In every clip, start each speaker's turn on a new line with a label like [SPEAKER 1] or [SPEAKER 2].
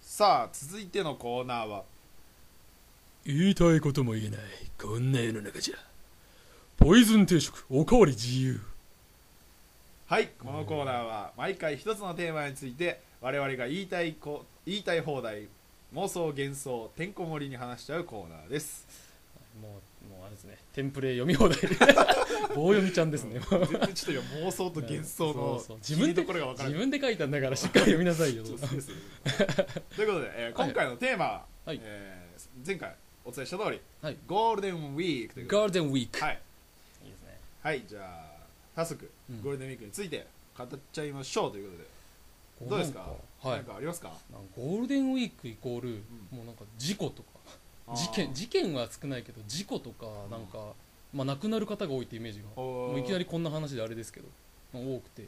[SPEAKER 1] さあ続いてのコーナーは
[SPEAKER 2] 言いたいことも言えないこんな世の中じゃポイズン定食おかわり自由
[SPEAKER 1] はいこのコーナーは毎回一つのテーマについて我々が言いたいこ言いたい放題妄想幻想てんこ盛りに話しちゃうコーナーです
[SPEAKER 3] もうもうあれですねテンプレ読み放題 棒読みちゃんですね、
[SPEAKER 1] 全然ちょっと今妄想と幻想
[SPEAKER 3] そ
[SPEAKER 1] の
[SPEAKER 3] うそう
[SPEAKER 1] 自
[SPEAKER 3] 自
[SPEAKER 1] 分
[SPEAKER 3] 分
[SPEAKER 1] と
[SPEAKER 3] で
[SPEAKER 1] ころが分から
[SPEAKER 3] 自
[SPEAKER 1] ない
[SPEAKER 3] 分で書いたんだからしっかり読みなさいよ
[SPEAKER 1] そうそうですよということで、えー今回のテーマは、
[SPEAKER 3] はい
[SPEAKER 1] えー前回お伝えした通り、
[SPEAKER 3] はい
[SPEAKER 1] ゴールデンウィークということ
[SPEAKER 2] ガールデンウィーク
[SPEAKER 1] ではい、
[SPEAKER 3] いいですね
[SPEAKER 1] はい、じゃあ早速
[SPEAKER 3] うん
[SPEAKER 1] ゴールデンウィークについて語っちゃいましょうということで、どうですか
[SPEAKER 3] は
[SPEAKER 1] ないんかありますか
[SPEAKER 3] なんかゴールデンウィークイコール、もうなんか事故とか事件事件は少ないけど事故とか
[SPEAKER 1] ん
[SPEAKER 3] なんか、まあ、亡くなる方が多いってイメージがも
[SPEAKER 1] も
[SPEAKER 3] ういきなりこんな話であれですけど、まあ多くて
[SPEAKER 1] う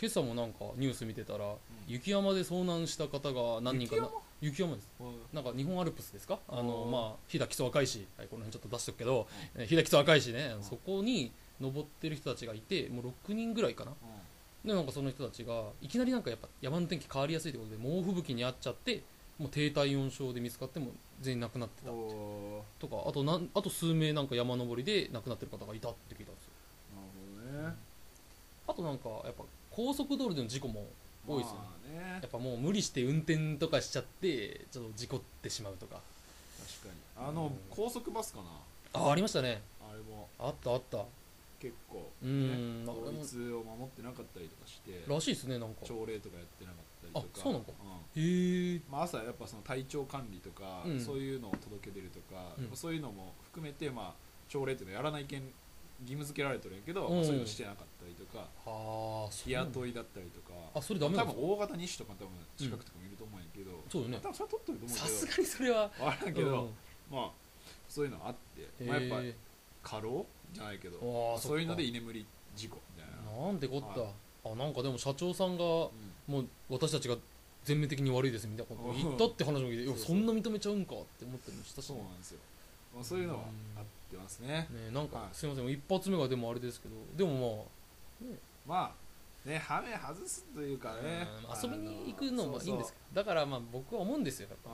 [SPEAKER 3] 今朝もなんかニュース見てたら、雪山で遭難した方が何人かな雪山です
[SPEAKER 1] んうん
[SPEAKER 3] なんか日本アルプスですかあ
[SPEAKER 1] お
[SPEAKER 3] の
[SPEAKER 1] ー
[SPEAKER 3] まあ飛騨基礎赤石、はい、この辺ちょっと出しとくけどえー飛騨基礎赤石ね
[SPEAKER 1] ん
[SPEAKER 3] そこに登ってる人たちがいてもう6人ぐらいかなでなんかその人たちがいきなりなんかやっぱ山の天気変わりやすいということで猛吹雪に遭っちゃってもう低体温症で見つかっても全員亡くなってた
[SPEAKER 1] おー
[SPEAKER 3] とかあとなんあと数名なんか山登りで亡くなってる方がいたって聞いたんですよ
[SPEAKER 1] なるほどね
[SPEAKER 3] あとなんかやっぱ高速道路での事故も多いですよね
[SPEAKER 1] まあね
[SPEAKER 3] やっぱもう無理して運転とかしちゃってちょっと事故ってしまうとか
[SPEAKER 1] 確かにあの高速バスかな
[SPEAKER 3] あありましたね
[SPEAKER 1] あれも
[SPEAKER 3] あったあった
[SPEAKER 1] 結構
[SPEAKER 3] う
[SPEAKER 1] ね
[SPEAKER 3] んあ
[SPEAKER 1] 法
[SPEAKER 3] れも
[SPEAKER 1] 律を守ってなかったりとかして
[SPEAKER 3] らしいですねなんかへ
[SPEAKER 1] 朝礼とかやってなかったりとか
[SPEAKER 3] あそうなのか
[SPEAKER 1] ん
[SPEAKER 3] え
[SPEAKER 1] まあ、朝やっぱその体調管理とか、
[SPEAKER 3] うん
[SPEAKER 1] そういうのを届け出るとか、
[SPEAKER 3] うん
[SPEAKER 1] そういうのも含めて、まあ、朝礼っていうのはやらないけん義務付けられてるんやけど、
[SPEAKER 3] うん
[SPEAKER 1] まあそういうのしてなかったりとか
[SPEAKER 3] はあ
[SPEAKER 1] 日雇いだったりとか
[SPEAKER 3] あそれダメな
[SPEAKER 1] 多
[SPEAKER 3] んで
[SPEAKER 1] 分
[SPEAKER 3] すか
[SPEAKER 1] 大型2種とか多分近くとかもいると思うんやけど、
[SPEAKER 3] そうよ
[SPEAKER 1] まあ
[SPEAKER 3] ね
[SPEAKER 1] 多分それは取ってると思う
[SPEAKER 3] さ
[SPEAKER 1] けど
[SPEAKER 3] すがにそれは
[SPEAKER 1] わからんけど、
[SPEAKER 3] うん
[SPEAKER 1] まあそういうのあって、
[SPEAKER 3] へ
[SPEAKER 1] まあ、やっぱ
[SPEAKER 3] え
[SPEAKER 1] 過労じゃないけど、
[SPEAKER 3] ああ
[SPEAKER 1] そういうので
[SPEAKER 3] い
[SPEAKER 1] 居眠り事故みたいな、
[SPEAKER 3] なんてこった、
[SPEAKER 1] は
[SPEAKER 3] あなんかでも社長さんがも
[SPEAKER 1] うん
[SPEAKER 3] う私たちが全面的に悪いですみたいなことを言ったって話も聞いてい
[SPEAKER 1] うん
[SPEAKER 3] やそんな認めちゃうんかって思ったりもしたし
[SPEAKER 1] そう
[SPEAKER 3] ね
[SPEAKER 1] なんですよ、まあ、そういうのはあってますね、
[SPEAKER 3] ねなんか
[SPEAKER 1] はい
[SPEAKER 3] すいません一発目がでもあれですけどでも
[SPEAKER 1] まあねハメ外すというか
[SPEAKER 3] まあ、
[SPEAKER 1] ね
[SPEAKER 3] うん遊びに行くのもいいんですけどだからまあ僕は思うんですよ
[SPEAKER 1] ど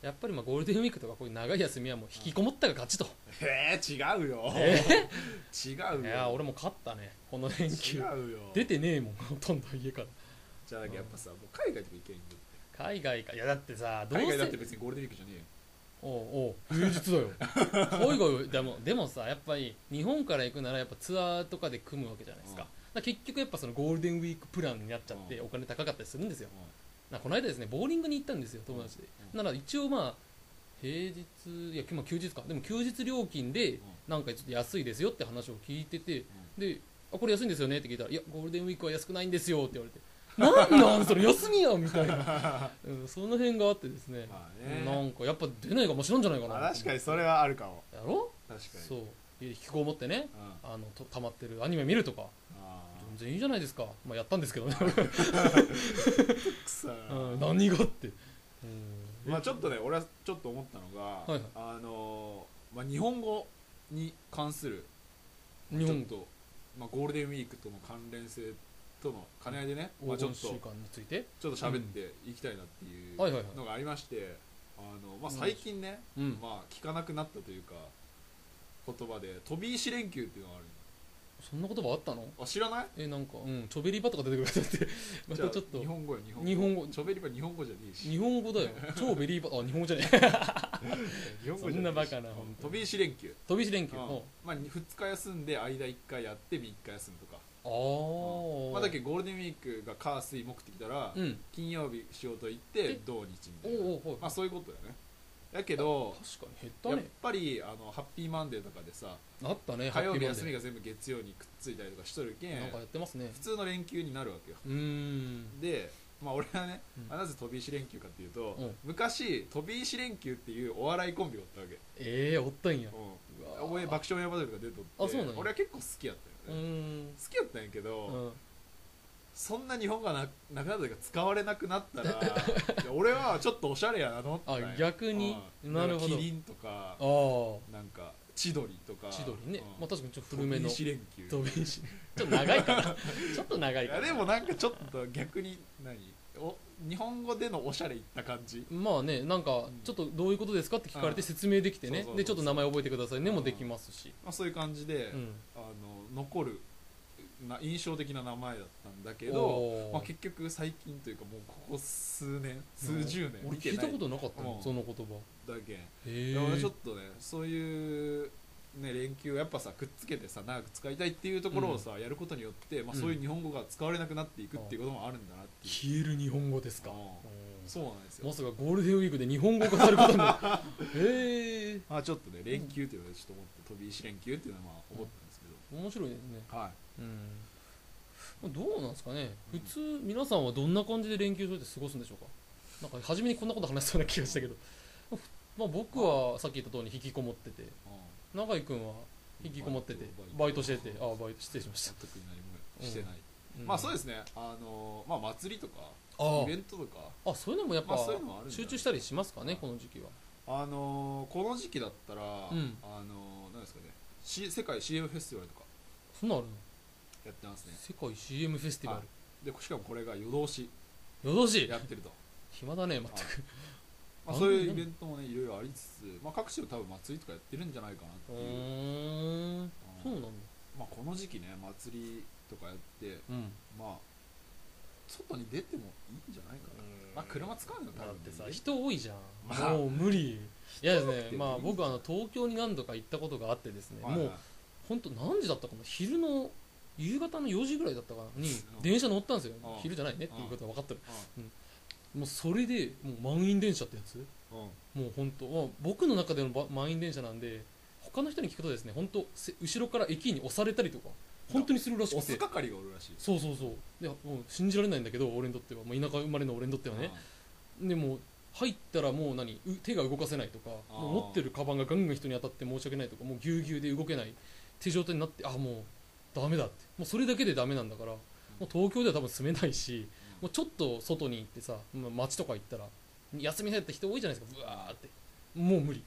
[SPEAKER 3] やっぱりまあゴールデンウィークとかこういう長い休みはもう引きこもったが勝ちと、
[SPEAKER 1] えー、違うよ、
[SPEAKER 3] え
[SPEAKER 1] 違う
[SPEAKER 3] い
[SPEAKER 1] よ
[SPEAKER 3] やー俺も勝ったねこの連
[SPEAKER 1] 違
[SPEAKER 3] 休
[SPEAKER 1] うよ
[SPEAKER 3] 出てねえもんほとんど家から
[SPEAKER 1] じゃあだけどやっぱさ、もう海外とか行けんよ
[SPEAKER 3] 海外かいやだってさどう
[SPEAKER 1] 海外だっ
[SPEAKER 3] せ
[SPEAKER 1] て別にゴールデンウィークじゃねえよ
[SPEAKER 3] おうおう平日だよ海外でもでもさやっぱり日本から行くならやっぱツアーとかで組むわけじゃないですか,、
[SPEAKER 1] うん
[SPEAKER 3] だから結局やっぱそのゴールデンウィークプランになっちゃって
[SPEAKER 1] う
[SPEAKER 3] お金高かったりするんですよ、
[SPEAKER 1] うん
[SPEAKER 3] なこの間ですねボーリングに行ったんですよ友達で、
[SPEAKER 1] うん
[SPEAKER 3] なら一応まあ平日いやまあ休日かでも休日料金でなんかちょっと安いですよって話を聞いてて、であこれ安いんですよねって聞いたらいやゴールデンウィークは安くないんですよって 言われてなんなんそれ休みやんみたいな、うん、その辺があってですね、
[SPEAKER 1] まあ
[SPEAKER 3] な
[SPEAKER 1] ね、
[SPEAKER 3] んかやっぱ出ないがマシなんじゃないかな
[SPEAKER 1] まあ、確かにそれはあるかも
[SPEAKER 3] やろ
[SPEAKER 1] 確かに、
[SPEAKER 3] そうう家で引きこもってね
[SPEAKER 1] ん、あ
[SPEAKER 3] あのと溜まってるアニメ見るとか
[SPEAKER 1] あ
[SPEAKER 3] 全然いいじゃないですか、まあ、やったんですけどね、
[SPEAKER 1] くさ、
[SPEAKER 3] うん、 何がって、うん
[SPEAKER 1] まあちょっとね俺はちょっと思ったのが、
[SPEAKER 3] いはい
[SPEAKER 1] あのーまあ、日本語に関する
[SPEAKER 3] 日
[SPEAKER 1] ちょっ
[SPEAKER 3] 本
[SPEAKER 1] と、まあ、ゴールデンウィークとの関連性との兼ね合いでね、まあ、
[SPEAKER 3] 黄
[SPEAKER 1] ちょっ
[SPEAKER 3] 金
[SPEAKER 1] と
[SPEAKER 3] 週間について
[SPEAKER 1] ちょっと喋っていきたいなっていう
[SPEAKER 3] はいはいはい
[SPEAKER 1] のがありまして、あのまあ、最近ね、
[SPEAKER 3] うん
[SPEAKER 1] まあ、聞かなくなったというか言葉で飛び石連休っていうのがある
[SPEAKER 3] そんな言葉あったの
[SPEAKER 1] のあ知らない
[SPEAKER 3] えなんか、うん、チョベリバとか出てくるからってま
[SPEAKER 1] じゃ
[SPEAKER 3] た
[SPEAKER 1] あ
[SPEAKER 3] ちょっと
[SPEAKER 1] 日本語よ日本語
[SPEAKER 3] 日本語
[SPEAKER 1] チョベリバ日本語じゃねえし
[SPEAKER 3] 日本 語だよ超ベリーバあ日本語じゃねえ
[SPEAKER 1] 日本語
[SPEAKER 3] そんなバカな本当
[SPEAKER 1] 飛び石連休、
[SPEAKER 3] 飛び石連休、
[SPEAKER 1] う
[SPEAKER 3] うんん、あ
[SPEAKER 1] まあ、2日休んで間1回やって3日休むとか、
[SPEAKER 3] あ
[SPEAKER 1] うん
[SPEAKER 3] ー、
[SPEAKER 1] まあ、だけどゴールデンウィークが火水木ってきたら、
[SPEAKER 3] うん
[SPEAKER 1] 金曜日仕事行って
[SPEAKER 3] え
[SPEAKER 1] 土日みた
[SPEAKER 3] お
[SPEAKER 1] いな
[SPEAKER 3] うおうおう
[SPEAKER 1] まあそういうことだよねだけど
[SPEAKER 3] 確かに
[SPEAKER 1] や
[SPEAKER 3] 減
[SPEAKER 1] っ
[SPEAKER 3] ったね
[SPEAKER 1] ぱりあのハッピーマンデーとかでさ
[SPEAKER 3] あったね
[SPEAKER 1] 火曜日休み
[SPEAKER 3] が
[SPEAKER 1] が全部月曜にくっついたりとかしとるけん
[SPEAKER 3] なんかやってますね
[SPEAKER 1] 普通の連休になるわけよ
[SPEAKER 3] うーん
[SPEAKER 1] でまあ俺はね、
[SPEAKER 3] うん
[SPEAKER 1] まあなぜ飛び石連休かっていうと、
[SPEAKER 3] うん
[SPEAKER 1] 昔飛び石連休っていうお笑いコンビがおったわけ、
[SPEAKER 3] ええおったんや
[SPEAKER 1] うん、お前爆笑オンエアバトルとか出とって
[SPEAKER 3] あそうなんや
[SPEAKER 1] 俺は結構好きやった
[SPEAKER 3] う
[SPEAKER 1] よね、
[SPEAKER 3] ーん
[SPEAKER 1] 好きやったんやけど、
[SPEAKER 3] うん
[SPEAKER 1] そんな日本がななくなったというか使われなくなった らいや俺はちょっとおしゃれやなと思ったんよ
[SPEAKER 3] あ逆に
[SPEAKER 1] うん
[SPEAKER 3] なるほど
[SPEAKER 1] んかキリンとか
[SPEAKER 3] ああ
[SPEAKER 1] なんか千鳥とか
[SPEAKER 3] 千鳥ね
[SPEAKER 1] うん
[SPEAKER 3] まあ確かにちょっと古め
[SPEAKER 1] 飛
[SPEAKER 3] の
[SPEAKER 1] び石連休
[SPEAKER 3] 飛び石ちょっと長いかなちょっと長
[SPEAKER 1] い
[SPEAKER 3] いか
[SPEAKER 1] や
[SPEAKER 3] な
[SPEAKER 1] でもなんかちょっと逆に何お日本語でのおしゃれいった感じ
[SPEAKER 3] まあねなんかちょっとどういうことですかって聞かれ
[SPEAKER 1] う
[SPEAKER 3] て
[SPEAKER 1] ん
[SPEAKER 3] 説明できて
[SPEAKER 1] そう
[SPEAKER 3] ね
[SPEAKER 1] そうそう
[SPEAKER 3] でちょっと名前覚えてくださいねもできますし
[SPEAKER 1] まあ、そういう感じで、
[SPEAKER 3] うん
[SPEAKER 1] あの残るな印象的な名前だったんだけど、
[SPEAKER 3] おー
[SPEAKER 1] まあ、結局最近というかもうここ数年数十年
[SPEAKER 3] 俺
[SPEAKER 1] 見て
[SPEAKER 3] 聞い
[SPEAKER 1] な
[SPEAKER 3] た
[SPEAKER 1] い
[SPEAKER 3] ことなかった
[SPEAKER 1] う
[SPEAKER 3] も
[SPEAKER 1] ん
[SPEAKER 3] んその言葉
[SPEAKER 1] だけん
[SPEAKER 3] へ
[SPEAKER 1] だから
[SPEAKER 3] え
[SPEAKER 1] ちょっとねそういう、ね、連休をやっぱさくっつけてさ長く使いたいっていうところをさ、やることによって、まあ、
[SPEAKER 3] うん
[SPEAKER 1] そういう日本語が使われなくなっていくっていうこともあるんだなっていう、
[SPEAKER 2] 消える日本語です
[SPEAKER 1] う
[SPEAKER 2] か
[SPEAKER 1] ん
[SPEAKER 3] うん
[SPEAKER 1] そうなんですよ、
[SPEAKER 3] まさかゴールデンウィークで日本語化されるこ とになるへえ
[SPEAKER 1] まあ、ちょっとね連休というのはちょっと思って飛び石連休っていうのはまあ思ったんですけど、
[SPEAKER 3] 面白いですね
[SPEAKER 1] はい
[SPEAKER 3] うんどうなんですかね普通皆さんはどんな感じで連休して過ごすんでしょうかなんか初めにこんなこと話しそうな気 がしたけど、まあ、僕はさっき言った通り引きこもってて
[SPEAKER 1] う
[SPEAKER 3] 永井君は引きこもっててバイトしててあバイト失礼しま
[SPEAKER 1] ん
[SPEAKER 3] した、
[SPEAKER 1] 特に何もしてない、
[SPEAKER 3] うん
[SPEAKER 1] まあそうですねあのまあ祭りとか
[SPEAKER 3] あ
[SPEAKER 1] イベントとか
[SPEAKER 3] あそういうのもやっぱ
[SPEAKER 1] まあそういうのもあるんだ
[SPEAKER 3] 集中したりしますか
[SPEAKER 1] うん
[SPEAKER 3] ねこの時期は
[SPEAKER 1] あのこの時期だったら、
[SPEAKER 3] ん
[SPEAKER 1] あの何ですかね、C、世界 CM フェスティバルとか
[SPEAKER 3] そんなのあるの
[SPEAKER 1] やってますね
[SPEAKER 3] 世界 CM フェスティバ
[SPEAKER 1] でしかもこれが夜通し
[SPEAKER 3] ル夜通し
[SPEAKER 1] やって ると、
[SPEAKER 3] 暇だね全く
[SPEAKER 1] はいまあ、
[SPEAKER 3] あ
[SPEAKER 1] そういうイベントもねいろいろありつつ、まあ、各地の多分祭りとかやってるんじゃないかなって
[SPEAKER 3] う
[SPEAKER 1] いう、
[SPEAKER 3] ーんそうなんだ
[SPEAKER 1] まあ、この時期ね祭りとかやって
[SPEAKER 3] うん
[SPEAKER 1] まあ外に出てもいいんじゃないかな、まあ車使うの多
[SPEAKER 3] だっ
[SPEAKER 1] 分
[SPEAKER 3] てさ
[SPEAKER 1] ね
[SPEAKER 3] 人多いじゃん、
[SPEAKER 1] まあ
[SPEAKER 3] もう無理いやです
[SPEAKER 1] く
[SPEAKER 3] ね
[SPEAKER 1] ても
[SPEAKER 3] まあ
[SPEAKER 1] いい
[SPEAKER 3] 僕あの東京に何度か行ったことがあってですね、
[SPEAKER 1] はい
[SPEAKER 3] も
[SPEAKER 1] は
[SPEAKER 3] う本当何時だったかな昼の夕方の4時ぐらいだったかなに
[SPEAKER 1] うん
[SPEAKER 3] 電車乗ったんですよ
[SPEAKER 1] うん
[SPEAKER 3] 昼じゃないねっていうことは分かってる
[SPEAKER 1] い
[SPEAKER 3] もうそれでもう満員電車ってやつ
[SPEAKER 1] うんうん
[SPEAKER 3] もう本当まあ僕の中でのば満員電車なんで他の人に聞くとですね本当せ後ろから駅に押されたりとか本当にするらし
[SPEAKER 1] 押
[SPEAKER 3] く
[SPEAKER 1] す
[SPEAKER 3] て
[SPEAKER 1] 係がおるらしい
[SPEAKER 3] そうそうそうでもう信じられないんだけど俺にとってはもう田舎生まれの俺にとってはねでも入ったらもう何う手が動かせないとか
[SPEAKER 1] あー
[SPEAKER 3] もう持ってるカバンがガンガン人に当たって申し訳ないとかもうぎゅうぎゅうで動けないって状態になってあもうダメだってもうそれだけでダメなんだからもう東京では多分住めないし
[SPEAKER 1] うん
[SPEAKER 3] もうちょっと外に行ってさまあ街とか行ったら休みの日だって人多いじゃないですかブワーってもう無理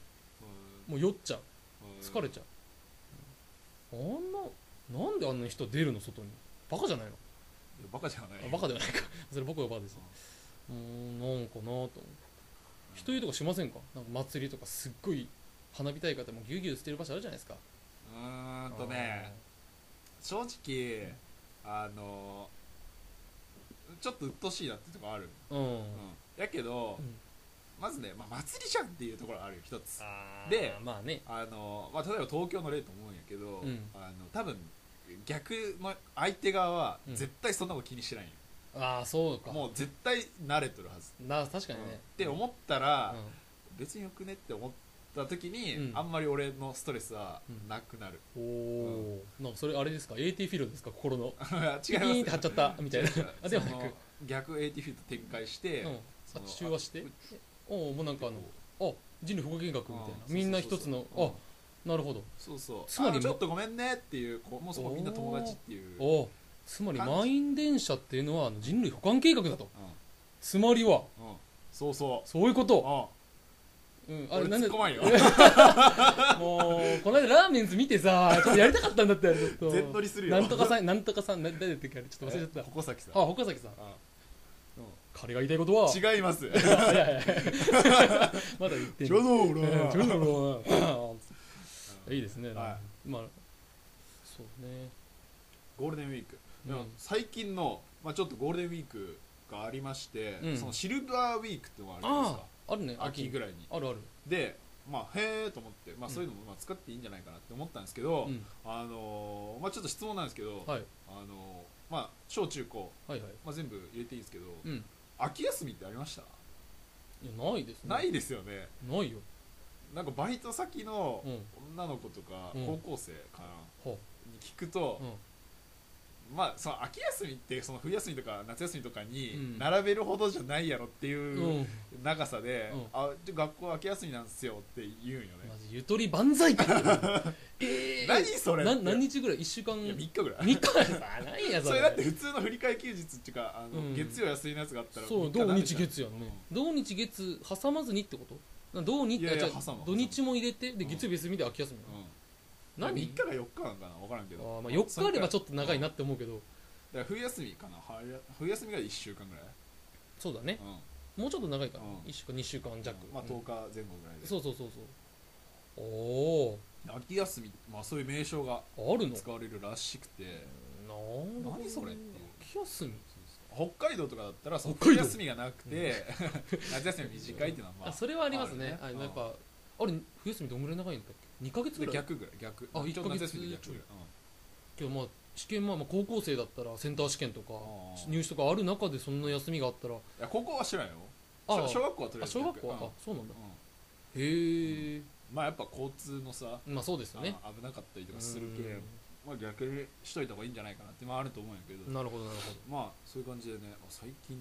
[SPEAKER 3] もう酔っちゃう
[SPEAKER 1] うん
[SPEAKER 3] 疲れちゃうあんななんであんなに人出るの外にバカじゃないの
[SPEAKER 1] いやバカじゃない
[SPEAKER 3] あバカではないかそれ僕がバカですうーんなんかなと思って人いとかしませんかなんか祭りとかすっごい花火大会でもぎゅうぎゅう捨てる場所あるじゃないですか
[SPEAKER 1] うーんとね正直あのちょっと鬱陶しいなってとこある、
[SPEAKER 3] あーうん、うん
[SPEAKER 1] うん、やけど、まずね、まあ、祭りじゃんっていうところあるよ一つ
[SPEAKER 3] あー
[SPEAKER 1] で
[SPEAKER 3] まあね
[SPEAKER 1] あの、まあ、例えば東京の例と思うんやけど、
[SPEAKER 3] うん
[SPEAKER 1] あの多分逆の相手側は
[SPEAKER 3] うん
[SPEAKER 1] 絶対そんなこと気にしてないんよ、
[SPEAKER 3] ああそうか
[SPEAKER 1] もう絶対慣れとるはず、
[SPEAKER 3] な確かに
[SPEAKER 1] うんっ
[SPEAKER 3] ね、
[SPEAKER 1] て思ったら、
[SPEAKER 3] う
[SPEAKER 1] 別によくねって思った時に、
[SPEAKER 3] うん
[SPEAKER 1] あんまり俺のストレスは
[SPEAKER 3] うん
[SPEAKER 1] なくなる、
[SPEAKER 3] んおお、なんかそれあれですか AT フィールドですか心の
[SPEAKER 1] 違い
[SPEAKER 3] ピ
[SPEAKER 1] ます
[SPEAKER 3] ーンって貼っちゃったみたいなあではな
[SPEAKER 1] そ
[SPEAKER 3] く、う
[SPEAKER 1] の逆 AT フィート展開して、
[SPEAKER 3] ん、
[SPEAKER 1] その
[SPEAKER 3] あ中和して
[SPEAKER 1] あ
[SPEAKER 3] おおもうなんかあのあ人類保護見学みたいな
[SPEAKER 1] うん
[SPEAKER 3] みんな一つの
[SPEAKER 1] そうそうそう
[SPEAKER 3] あなるほど
[SPEAKER 1] そうそう
[SPEAKER 3] つまり
[SPEAKER 1] あちょっとごめんねっていうこうもうそこみんな友達っていう、うん、
[SPEAKER 3] おーつまり満員電車っていうのはあの人類保管計画だと
[SPEAKER 1] う
[SPEAKER 3] つまりは
[SPEAKER 1] ん、そうそ
[SPEAKER 3] そういうこ
[SPEAKER 1] う、う
[SPEAKER 3] と
[SPEAKER 1] ん、
[SPEAKER 3] うん
[SPEAKER 1] あれ
[SPEAKER 3] な
[SPEAKER 1] 突
[SPEAKER 3] んで
[SPEAKER 1] っ込まんよ
[SPEAKER 3] もうこの間ラーメンズ見 てさちょっとやりたかったんだってあれちょっと
[SPEAKER 1] 全乗りするよ
[SPEAKER 3] なんとかさんなんとかさんな誰だったっけあれちょっと忘れちゃっ
[SPEAKER 1] ここ先さん
[SPEAKER 3] たあ岡崎さん
[SPEAKER 1] う
[SPEAKER 3] 彼が言いたいことは
[SPEAKER 1] ん違います
[SPEAKER 3] いやいやいや まだ言ってん
[SPEAKER 1] ち
[SPEAKER 3] の
[SPEAKER 1] ょうど俺
[SPEAKER 3] うん
[SPEAKER 1] は
[SPEAKER 3] ちょうどほら うんいいですね
[SPEAKER 1] は
[SPEAKER 3] まあそうね
[SPEAKER 1] ゴールデンウィーク、
[SPEAKER 3] うん
[SPEAKER 1] うん最近の、まあ、ちょっとゴールデンウィークがありまして、
[SPEAKER 3] うん
[SPEAKER 1] そのシルバーウィークってのがあるじゃないです
[SPEAKER 3] あ
[SPEAKER 1] か
[SPEAKER 3] ああるね
[SPEAKER 1] 秋ぐ
[SPEAKER 3] らい
[SPEAKER 1] らいに
[SPEAKER 3] あるある
[SPEAKER 1] でまあへえと思って、まあ、
[SPEAKER 3] うん
[SPEAKER 1] そういうのもまあ使っていいんじゃないかなって思ったんですけど、
[SPEAKER 3] うん
[SPEAKER 1] あのーまあ、ちょっと質問なんですけど、
[SPEAKER 3] はい
[SPEAKER 1] あのーまあ、小中高、
[SPEAKER 3] はいはい
[SPEAKER 1] まあ、全部入れていいんですけど、
[SPEAKER 3] うん
[SPEAKER 1] 秋休みってありました、
[SPEAKER 3] いやないですね
[SPEAKER 1] ないですよね
[SPEAKER 3] ないよ
[SPEAKER 1] なんかバイト先の
[SPEAKER 3] うん
[SPEAKER 1] 女の子とか
[SPEAKER 3] うん
[SPEAKER 1] 高校生かな、
[SPEAKER 3] は
[SPEAKER 1] に聞くと、
[SPEAKER 3] うん
[SPEAKER 1] まあその秋休みってその冬休みとか夏休みとか
[SPEAKER 3] う
[SPEAKER 1] に
[SPEAKER 3] ん
[SPEAKER 1] 並べるほどじゃないやろっていう
[SPEAKER 3] うん
[SPEAKER 1] 長さで、
[SPEAKER 3] うん
[SPEAKER 1] あで学校秋休みなんですよって言うんよね、
[SPEAKER 3] マジゆとり万 歳かええ
[SPEAKER 1] 何それ
[SPEAKER 3] な
[SPEAKER 1] って
[SPEAKER 3] 何日ぐらい1週間
[SPEAKER 1] いや3
[SPEAKER 3] 3
[SPEAKER 1] 日ぐらい
[SPEAKER 3] 日さ何や
[SPEAKER 1] そ
[SPEAKER 3] それ
[SPEAKER 1] れだって普通の振り替え休日っていうかあの、
[SPEAKER 3] うん
[SPEAKER 1] 月曜休みのやつがあったら
[SPEAKER 3] そう
[SPEAKER 1] 三
[SPEAKER 3] 土
[SPEAKER 1] なるじ
[SPEAKER 3] 日
[SPEAKER 1] ゃん
[SPEAKER 3] 月やんね土日月挟まずにってことな土日
[SPEAKER 1] いやいや
[SPEAKER 3] あ違う
[SPEAKER 1] 挟む
[SPEAKER 3] 土日も入れてで
[SPEAKER 1] うん
[SPEAKER 3] 月曜日休みで秋休み
[SPEAKER 1] うん、3
[SPEAKER 3] 何
[SPEAKER 1] 日が4日なんかな分からんけ
[SPEAKER 3] あ
[SPEAKER 1] ど
[SPEAKER 3] ーまあ4日あればちょ
[SPEAKER 1] っ
[SPEAKER 3] っと長いなって思うけど
[SPEAKER 1] と冬休みかな春や冬休みが1週間ぐらい
[SPEAKER 3] そうだね
[SPEAKER 1] うん
[SPEAKER 3] もうちょっと長いかな、
[SPEAKER 1] うん
[SPEAKER 3] 1週間2週間弱、
[SPEAKER 1] まあ、10
[SPEAKER 3] うん
[SPEAKER 1] 日前後ぐらいで、
[SPEAKER 3] そうそうそうそうお
[SPEAKER 1] 秋休み、まあ、そういう名称が
[SPEAKER 3] おあるの
[SPEAKER 1] 使われるらしくて
[SPEAKER 3] なん
[SPEAKER 1] 何それっていう
[SPEAKER 3] 秋休み
[SPEAKER 1] 北海道とかだったらその
[SPEAKER 2] 北海道
[SPEAKER 1] 休みがなくて、 夏休み短いっていうのはまあ
[SPEAKER 3] あそれはありますね
[SPEAKER 1] あ
[SPEAKER 3] あ
[SPEAKER 1] るね
[SPEAKER 3] やっぱあれ冬休みどんぐらい長いんだっけ2ヶ月
[SPEAKER 1] で
[SPEAKER 3] ぐらい
[SPEAKER 1] 逆ぐらい逆ち
[SPEAKER 3] あ
[SPEAKER 1] ょうど
[SPEAKER 3] 一ヶ月
[SPEAKER 1] 夏休みで逆ぐらい、
[SPEAKER 3] 今日まあ試験まあまあ高校生だったらセンター試験とか
[SPEAKER 1] ー
[SPEAKER 3] 入試とかある中でそんな休みがあったら
[SPEAKER 1] うんいや高校は知らんよ
[SPEAKER 3] あ
[SPEAKER 1] 小小学校はとりあ
[SPEAKER 3] あ
[SPEAKER 1] えず
[SPEAKER 3] 小
[SPEAKER 1] 逆
[SPEAKER 3] 学校はあそうなんだ
[SPEAKER 1] うんうん
[SPEAKER 3] へえ
[SPEAKER 1] まあやっぱ交通のさ、
[SPEAKER 3] まあそうですよね
[SPEAKER 1] あ危なかったりとかするけんまあ逆にしといた方がいいんじゃないかなってまああると思うんやけど
[SPEAKER 3] うんなるほどなるほど
[SPEAKER 1] まあそういう感じでねあ最近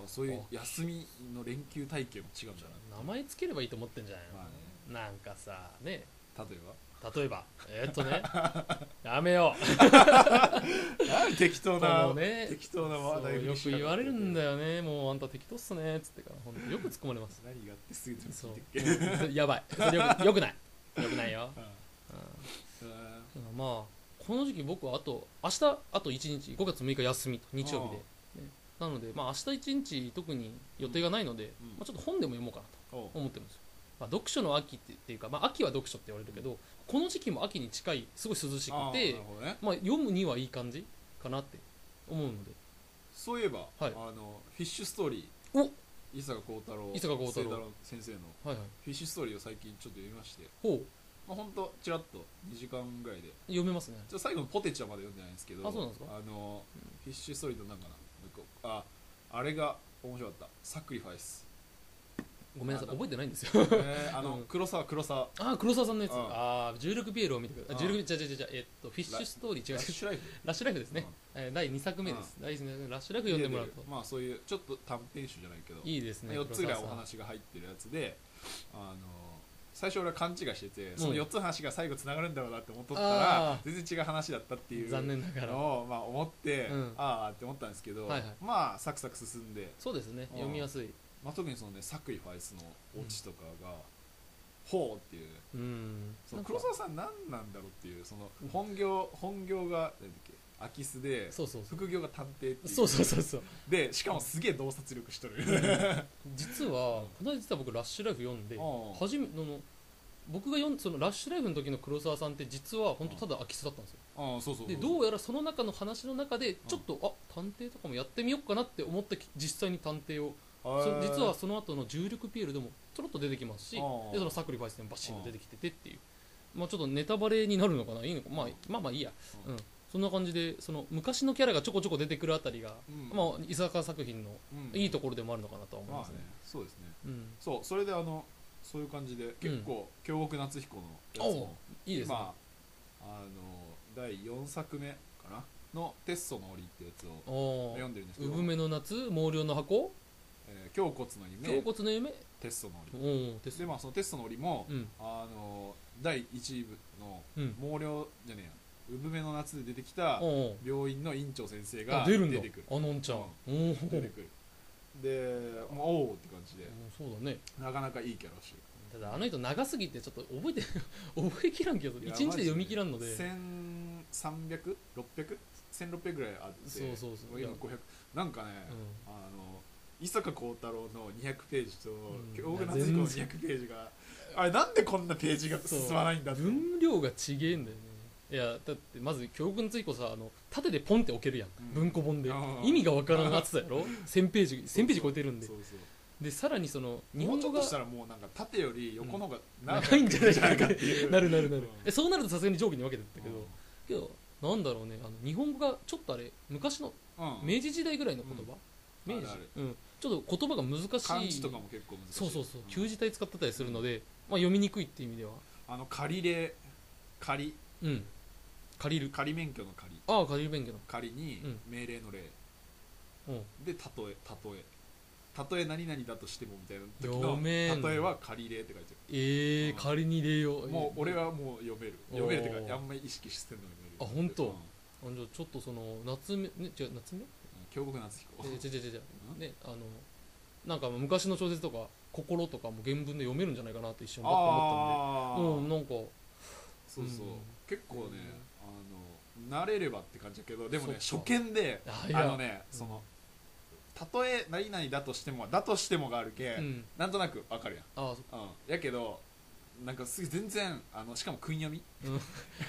[SPEAKER 1] はそういう休みの連休体験も違うんじゃない
[SPEAKER 3] 名前つければいいと思ってんじゃないの、
[SPEAKER 1] まあね
[SPEAKER 3] なんかさね
[SPEAKER 1] 例えば
[SPEAKER 3] 例えばえーっと ねやめよう
[SPEAKER 1] 何適当
[SPEAKER 3] こ
[SPEAKER 1] な、
[SPEAKER 3] のね
[SPEAKER 1] 適当な話
[SPEAKER 3] そう
[SPEAKER 1] 題
[SPEAKER 3] よく言われるんだ
[SPEAKER 1] よ
[SPEAKER 3] よねもうあんた適当っすねっつってから本当よく突っ込まれ ます
[SPEAKER 1] 何があってすぐでも
[SPEAKER 3] そ
[SPEAKER 1] 聞
[SPEAKER 3] う
[SPEAKER 1] いてっけ
[SPEAKER 3] うんやばいそれよくよくないよく ないよ、
[SPEAKER 1] うんうん
[SPEAKER 3] うんまあこの時期僕はあと明日あと1日5月6日休みと日曜日で、ねなのでまあ明日1日特に予定がないので、
[SPEAKER 1] うん
[SPEAKER 3] まあ、ちょっと本でも読もうかな
[SPEAKER 1] おう
[SPEAKER 3] と思ってるんですよ、まあ、読書の秋ってっていうか、まあ、秋は読書って言われるけどこの時期も秋に近いすごい涼し
[SPEAKER 1] あ
[SPEAKER 3] く
[SPEAKER 1] ー
[SPEAKER 3] て
[SPEAKER 1] なるほどね
[SPEAKER 3] まあ、読むにはいい感じかなって思うので
[SPEAKER 1] そういえば、
[SPEAKER 3] はい
[SPEAKER 1] あのフィッシュストーリー
[SPEAKER 3] お
[SPEAKER 1] 伊坂幸太郎
[SPEAKER 3] 伊坂幸太郎
[SPEAKER 1] 先生の
[SPEAKER 3] はいはい
[SPEAKER 1] フィッシュストーリーを最近ちょっと読みまして、
[SPEAKER 3] ほう
[SPEAKER 1] まあ、ほんとちらっと2時間ぐらいで
[SPEAKER 3] 読めますね
[SPEAKER 1] ちょ最後のポテチはまだ読んでないんですけど
[SPEAKER 3] あそうなんですか
[SPEAKER 1] あのフィッシュストーリーとなんかなもう一個ああれが面白かったサクリファイ ス
[SPEAKER 3] ごめんなさい
[SPEAKER 1] あの
[SPEAKER 3] 覚えてないんですよ
[SPEAKER 1] えーあの、
[SPEAKER 3] うん
[SPEAKER 1] 黒沢黒沢
[SPEAKER 3] ああ黒沢さんのやつ
[SPEAKER 1] うん
[SPEAKER 3] ああ16ピエロを見てください
[SPEAKER 1] うん
[SPEAKER 3] 16じゃじゃじゃじゃえっとフィッシュストーリー違う
[SPEAKER 1] ラ
[SPEAKER 3] 違
[SPEAKER 1] ッ
[SPEAKER 3] う
[SPEAKER 1] シュライフ
[SPEAKER 3] ラッシュライフですね、えー第2作目です、第二作目ラッシュライフ読んでもらうと
[SPEAKER 1] でまあそういうちょっと短編集じゃないけど
[SPEAKER 3] いいですね
[SPEAKER 1] 4つぐらいお
[SPEAKER 3] 黒沢さ
[SPEAKER 1] 話が入ってるやつであの最初俺は勘違いしててその4つの話が最後つながるんだろうなって思っとった
[SPEAKER 3] あ
[SPEAKER 1] ら
[SPEAKER 3] ー
[SPEAKER 1] 全然違う話だったってい
[SPEAKER 3] ん
[SPEAKER 1] う
[SPEAKER 3] 残念ながら
[SPEAKER 1] のをまあ思って、
[SPEAKER 3] うん
[SPEAKER 1] ああって思ったんですけど、
[SPEAKER 3] はいはい
[SPEAKER 1] まあサクサク進んで、
[SPEAKER 3] そうです
[SPEAKER 1] う
[SPEAKER 3] ね
[SPEAKER 1] ん
[SPEAKER 3] 読みやすい
[SPEAKER 1] まあ、特にそのねサクリファイスのオチとかが、ほうっていう
[SPEAKER 3] うん
[SPEAKER 1] そ
[SPEAKER 3] な
[SPEAKER 1] の
[SPEAKER 3] んか
[SPEAKER 1] 黒沢さん何なんだろうっていうその本業本業が何だっけ空き巣で
[SPEAKER 3] そうそうそう
[SPEAKER 1] 副業が探偵っていう
[SPEAKER 3] そうそうそうそう
[SPEAKER 1] でしかもすげえ洞察力しと る
[SPEAKER 3] 実はこの間実は僕ラッシュライフ読んで
[SPEAKER 1] うん
[SPEAKER 3] 初めのの僕が読んそのラッシュライフの時の黒沢さんって実は本当ただ空き巣だったんですよ
[SPEAKER 1] ああそうそうそう
[SPEAKER 3] でどうやらその中の話の中でちょっと、あ探偵とかもやってみようかなって思って実際に探偵をその実はその後の重力ピエールでもちょろっと出てきますし
[SPEAKER 1] あー
[SPEAKER 3] でそのサクリファイスでもバシッと出てきててっていうまあちょっとネタバレになるのかないいのか、まあ、まあまあいいや、
[SPEAKER 1] う
[SPEAKER 3] うんん、そんな感じでその昔のキャラがちょこちょこ出てくるあたりが、
[SPEAKER 1] うん
[SPEAKER 3] まあ、伊坂作品の
[SPEAKER 1] うん
[SPEAKER 3] いいところでもあるのかなとは思い
[SPEAKER 1] ま
[SPEAKER 3] ます
[SPEAKER 1] あね
[SPEAKER 3] ね,、
[SPEAKER 1] そうですね
[SPEAKER 3] うん、
[SPEAKER 1] そうそれであのそういう感じで結構、京極夏彦のやつも
[SPEAKER 3] いいですね
[SPEAKER 1] 今あの第4作目かなの「テッソの檻」ってやつを
[SPEAKER 3] お
[SPEAKER 1] 読んでるんですけど
[SPEAKER 3] 産めの夏毛量の箱
[SPEAKER 1] えー胸骨の
[SPEAKER 3] 胸
[SPEAKER 1] 夢
[SPEAKER 3] 骨の夢
[SPEAKER 1] テッソの
[SPEAKER 3] お
[SPEAKER 1] 檻
[SPEAKER 3] ーです
[SPEAKER 1] でまあそのテッソの檻も、
[SPEAKER 3] うん
[SPEAKER 1] あの第1部の
[SPEAKER 3] うん
[SPEAKER 1] 毛量じゃねえや産めの夏で出てきた
[SPEAKER 3] おー
[SPEAKER 1] 病院の院長先生
[SPEAKER 3] あ
[SPEAKER 1] が
[SPEAKER 3] 出
[SPEAKER 1] 出
[SPEAKER 3] るんだ
[SPEAKER 1] てくる
[SPEAKER 3] あのんちゃん、おー
[SPEAKER 1] 出てくるで、まあ、おおって感じで
[SPEAKER 3] そうだね
[SPEAKER 1] なかなかいいキャラをしてる
[SPEAKER 3] ただあの人長すぎてちょっと覚えて 覚えきらんけど
[SPEAKER 1] いや
[SPEAKER 3] 一日で読み切らんので
[SPEAKER 1] マジで 1300?600?1600 ぐらいあって
[SPEAKER 3] そうそうそ
[SPEAKER 1] 今
[SPEAKER 3] ういや
[SPEAKER 1] 500なんかね、
[SPEAKER 3] う
[SPEAKER 1] あの伊坂幸太郎の200ページと
[SPEAKER 3] ん
[SPEAKER 1] 京極夏彦の200ページがあれなんでこんなページが進まないんだって
[SPEAKER 3] 分量がちげえんだよねいやだってまず教訓ついこさあの縦でポンって置けるやん、
[SPEAKER 1] うん
[SPEAKER 3] 文庫本で
[SPEAKER 1] あー
[SPEAKER 3] 意味がわからん厚さや ろ1000ページ1000ページ超えてるんで
[SPEAKER 1] そうそう
[SPEAKER 3] でさらにその日
[SPEAKER 1] 日本語
[SPEAKER 3] 本語
[SPEAKER 1] が
[SPEAKER 3] が
[SPEAKER 1] したらもうなんか縦より横の方が
[SPEAKER 3] 長いんじゃないか
[SPEAKER 1] 長
[SPEAKER 3] な
[SPEAKER 1] んじゃな
[SPEAKER 3] い
[SPEAKER 1] いかっていう
[SPEAKER 3] なるなるな
[SPEAKER 1] うん
[SPEAKER 3] るえそうなるとさすがに上下に分けてった けど、
[SPEAKER 1] うん
[SPEAKER 3] けどなんだろうねあの日本語がちょっとあれ昔の
[SPEAKER 1] うん
[SPEAKER 3] 明治時代ぐらいの言葉、
[SPEAKER 1] うん
[SPEAKER 3] 明治
[SPEAKER 1] あるある
[SPEAKER 3] うん、ちょっと言葉が難しい
[SPEAKER 1] 漢字とかも結構難しい
[SPEAKER 3] そうそうそう、
[SPEAKER 1] ん
[SPEAKER 3] 旧字体使ってたりするので、まあ、読みにくいっていう意味では、
[SPEAKER 1] あの仮例仮
[SPEAKER 3] うん、借りる
[SPEAKER 1] 仮免許の仮
[SPEAKER 3] ああ借りる勉強だ、
[SPEAKER 1] 仮に
[SPEAKER 3] うん
[SPEAKER 1] 命令の例、
[SPEAKER 3] うん、
[SPEAKER 1] で例え例え例え何々だとしてもみたいな時
[SPEAKER 3] 読めん
[SPEAKER 1] の例えは仮例って書いて
[SPEAKER 3] ええ
[SPEAKER 1] うん
[SPEAKER 3] 仮に入れよ
[SPEAKER 1] あ
[SPEAKER 3] う
[SPEAKER 1] るもう俺
[SPEAKER 3] は
[SPEAKER 1] はもう読める読めるって
[SPEAKER 3] お
[SPEAKER 1] いう
[SPEAKER 3] ー
[SPEAKER 1] かあんまり意識してんのに
[SPEAKER 3] あ
[SPEAKER 1] 読め
[SPEAKER 3] 本
[SPEAKER 1] る
[SPEAKER 3] 当じゃあちょっとその夏目ね違う夏目
[SPEAKER 1] 京極夏彦
[SPEAKER 3] えー違う違う違
[SPEAKER 1] う
[SPEAKER 3] うんねあのなんか昔の小説とか心とかも原文で読めるんじゃないかなと一瞬思っ
[SPEAKER 1] あ
[SPEAKER 3] た
[SPEAKER 1] あ
[SPEAKER 3] んでうんなんか
[SPEAKER 1] そうそう
[SPEAKER 3] うん
[SPEAKER 1] 結構ねあの慣れればって感じだけどでもね
[SPEAKER 3] そっ
[SPEAKER 1] 初
[SPEAKER 3] か
[SPEAKER 1] 見で
[SPEAKER 3] あいや
[SPEAKER 1] あのね
[SPEAKER 3] うん
[SPEAKER 1] そのたとえ何々だとしてもだとしてもがあるけ、、
[SPEAKER 3] うんん
[SPEAKER 1] なんとなくわかるやん
[SPEAKER 3] ああそっか
[SPEAKER 1] うん、やけどなんかすぐ全然あのしかも訓読み、
[SPEAKER 3] うん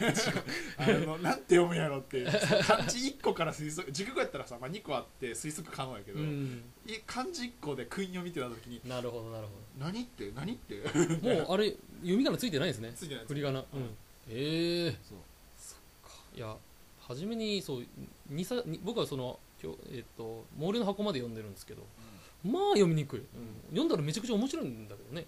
[SPEAKER 1] あのなんて読むやろってその漢字1個から推測熟語やったらさ、まあ、2個あって推測可能やけど、
[SPEAKER 3] うん
[SPEAKER 1] い漢字1個で訓読みってなった時に
[SPEAKER 3] なるほどなる
[SPEAKER 1] 何って何って
[SPEAKER 3] ほどもうあれ読み仮名ついてないんです ね
[SPEAKER 1] ついてない
[SPEAKER 3] 振り仮名うん
[SPEAKER 1] うん
[SPEAKER 3] ええ
[SPEAKER 1] そう
[SPEAKER 3] いや初めにそう二冊に僕はその今日えっと「毛利の箱」まで読んでるんですけど、まあ読みにくい、読んだらめちゃくちゃ面白いんだけどね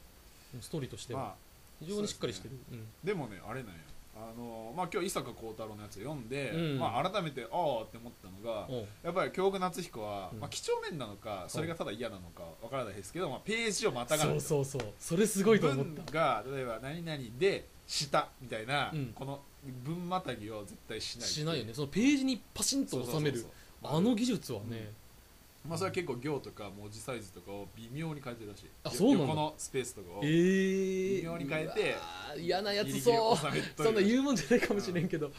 [SPEAKER 3] ストーリーとしては、
[SPEAKER 1] まあ
[SPEAKER 3] 非常にしっかりしてるう,、
[SPEAKER 1] でもねあれなんやあのまあ、今日伊坂幸太郎のやつ読んで、
[SPEAKER 3] うん
[SPEAKER 1] まあ、改めてああって思ったのが、
[SPEAKER 3] んおう
[SPEAKER 1] やっぱり京極夏彦は、
[SPEAKER 3] うん
[SPEAKER 1] まあ、几帳面なのかそれがただ嫌なのかわからないですけど、まあ、ページをまたがる
[SPEAKER 3] そうそうそうそれすごいと思った
[SPEAKER 1] 文が例えば何々でしたみたいな、
[SPEAKER 3] うん
[SPEAKER 1] この文またぎを絶対しない
[SPEAKER 3] しないよねそのページにパシン
[SPEAKER 1] そ
[SPEAKER 3] と
[SPEAKER 1] うそうそ
[SPEAKER 3] 収
[SPEAKER 1] う
[SPEAKER 3] めるあの技術はね、
[SPEAKER 1] まあそれは結構行とか文字サイズとかを微妙に変えてるらしい
[SPEAKER 3] あそうなんだ
[SPEAKER 1] 横のスペースとかを
[SPEAKER 3] ええ
[SPEAKER 1] ギ
[SPEAKER 3] ー、
[SPEAKER 1] 微妙に変えて
[SPEAKER 3] うわー嫌なや
[SPEAKER 1] リ
[SPEAKER 3] つ
[SPEAKER 1] ギリ
[SPEAKER 3] そう
[SPEAKER 1] 収めと
[SPEAKER 3] そんな
[SPEAKER 1] る
[SPEAKER 3] 言うもんじゃないかもしれんけど、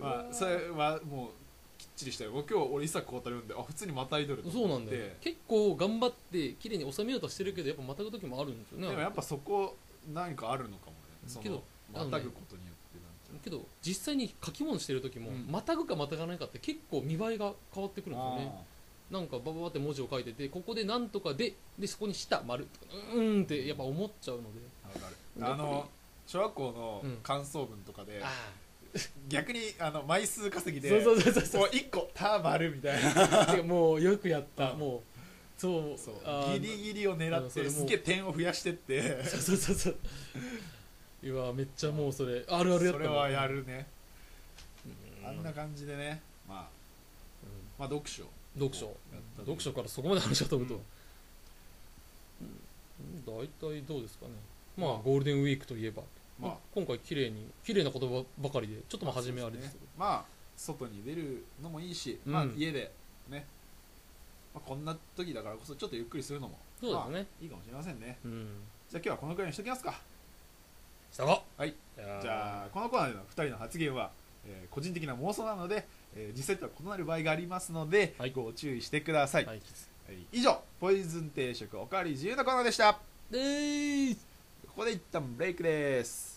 [SPEAKER 1] まあそれはもうきっちりしたよもう今日俺伊坂幸太郎読んであ普通にまたいどると
[SPEAKER 3] そう
[SPEAKER 1] 思
[SPEAKER 3] な
[SPEAKER 1] っ
[SPEAKER 3] ん
[SPEAKER 1] て
[SPEAKER 3] だよ結構頑張って綺麗に収めようとしてるけどやっぱまたぐ時もあるんですよね
[SPEAKER 1] でもやっぱそこ何かあるのかもねそ
[SPEAKER 3] け
[SPEAKER 1] の
[SPEAKER 3] ど
[SPEAKER 1] またぐことによってなんていうの
[SPEAKER 3] けど実際に書き物してる時も、
[SPEAKER 1] うん
[SPEAKER 3] またぐかまたがないかって結構見栄えが変わってくるんですよね
[SPEAKER 1] あ
[SPEAKER 3] なんかバババって文字を書いててここでなんとかででそこにした丸とかうーんってやっぱ思っちゃうので
[SPEAKER 1] ーわかる
[SPEAKER 3] や
[SPEAKER 1] あ
[SPEAKER 3] っぱり
[SPEAKER 1] の小学校
[SPEAKER 3] うん
[SPEAKER 1] の感想文とかで、
[SPEAKER 3] あ
[SPEAKER 1] 逆にあの枚数稼ぎ
[SPEAKER 3] あ
[SPEAKER 1] で
[SPEAKER 3] そうそうそうそうそう
[SPEAKER 1] もう1個ターバル みたいな
[SPEAKER 3] てかもうよくやった
[SPEAKER 1] うん
[SPEAKER 3] もうそう
[SPEAKER 1] そう
[SPEAKER 3] あー
[SPEAKER 1] ギリギリを狙
[SPEAKER 3] う
[SPEAKER 1] っ
[SPEAKER 3] んそれ
[SPEAKER 1] て
[SPEAKER 3] もう
[SPEAKER 1] すげえ点を増やしてって
[SPEAKER 3] そうそうそうそううわめっちゃもうそれあるあるやっ
[SPEAKER 1] そ
[SPEAKER 3] た
[SPEAKER 1] れはやるね
[SPEAKER 3] うん
[SPEAKER 1] あんな感じでねまあ
[SPEAKER 3] うん
[SPEAKER 1] まあ読書
[SPEAKER 3] 読書
[SPEAKER 1] やったという
[SPEAKER 3] 読書からそこまで話が飛ぶと
[SPEAKER 1] うん
[SPEAKER 3] うん大体どうですかねまあゴールデンウィークといえば
[SPEAKER 1] まあ
[SPEAKER 3] まあ、今回綺麗に綺麗な言葉ばかりでちょっとまあ初めはあれですけど
[SPEAKER 1] まあ外に出るのもいいし、
[SPEAKER 3] うん
[SPEAKER 1] まあ家でね、まあ、こんな時だからこそちょっとゆっくりするのも
[SPEAKER 3] そうですね
[SPEAKER 1] まあいいかもしれませんね
[SPEAKER 3] うん
[SPEAKER 1] じゃあ今日はこのくらいにしときますか
[SPEAKER 3] したが
[SPEAKER 1] はいじゃあこのコーナーでの2人の発言は、えー個人的な妄想なので、えー実際とは異なる場合がありますので、
[SPEAKER 3] はい
[SPEAKER 1] ご注意してください、
[SPEAKER 3] はい
[SPEAKER 1] はい以上ポイズン定食おかわり自由なコーナーでした
[SPEAKER 3] でーす
[SPEAKER 1] ここで一旦ブレイクです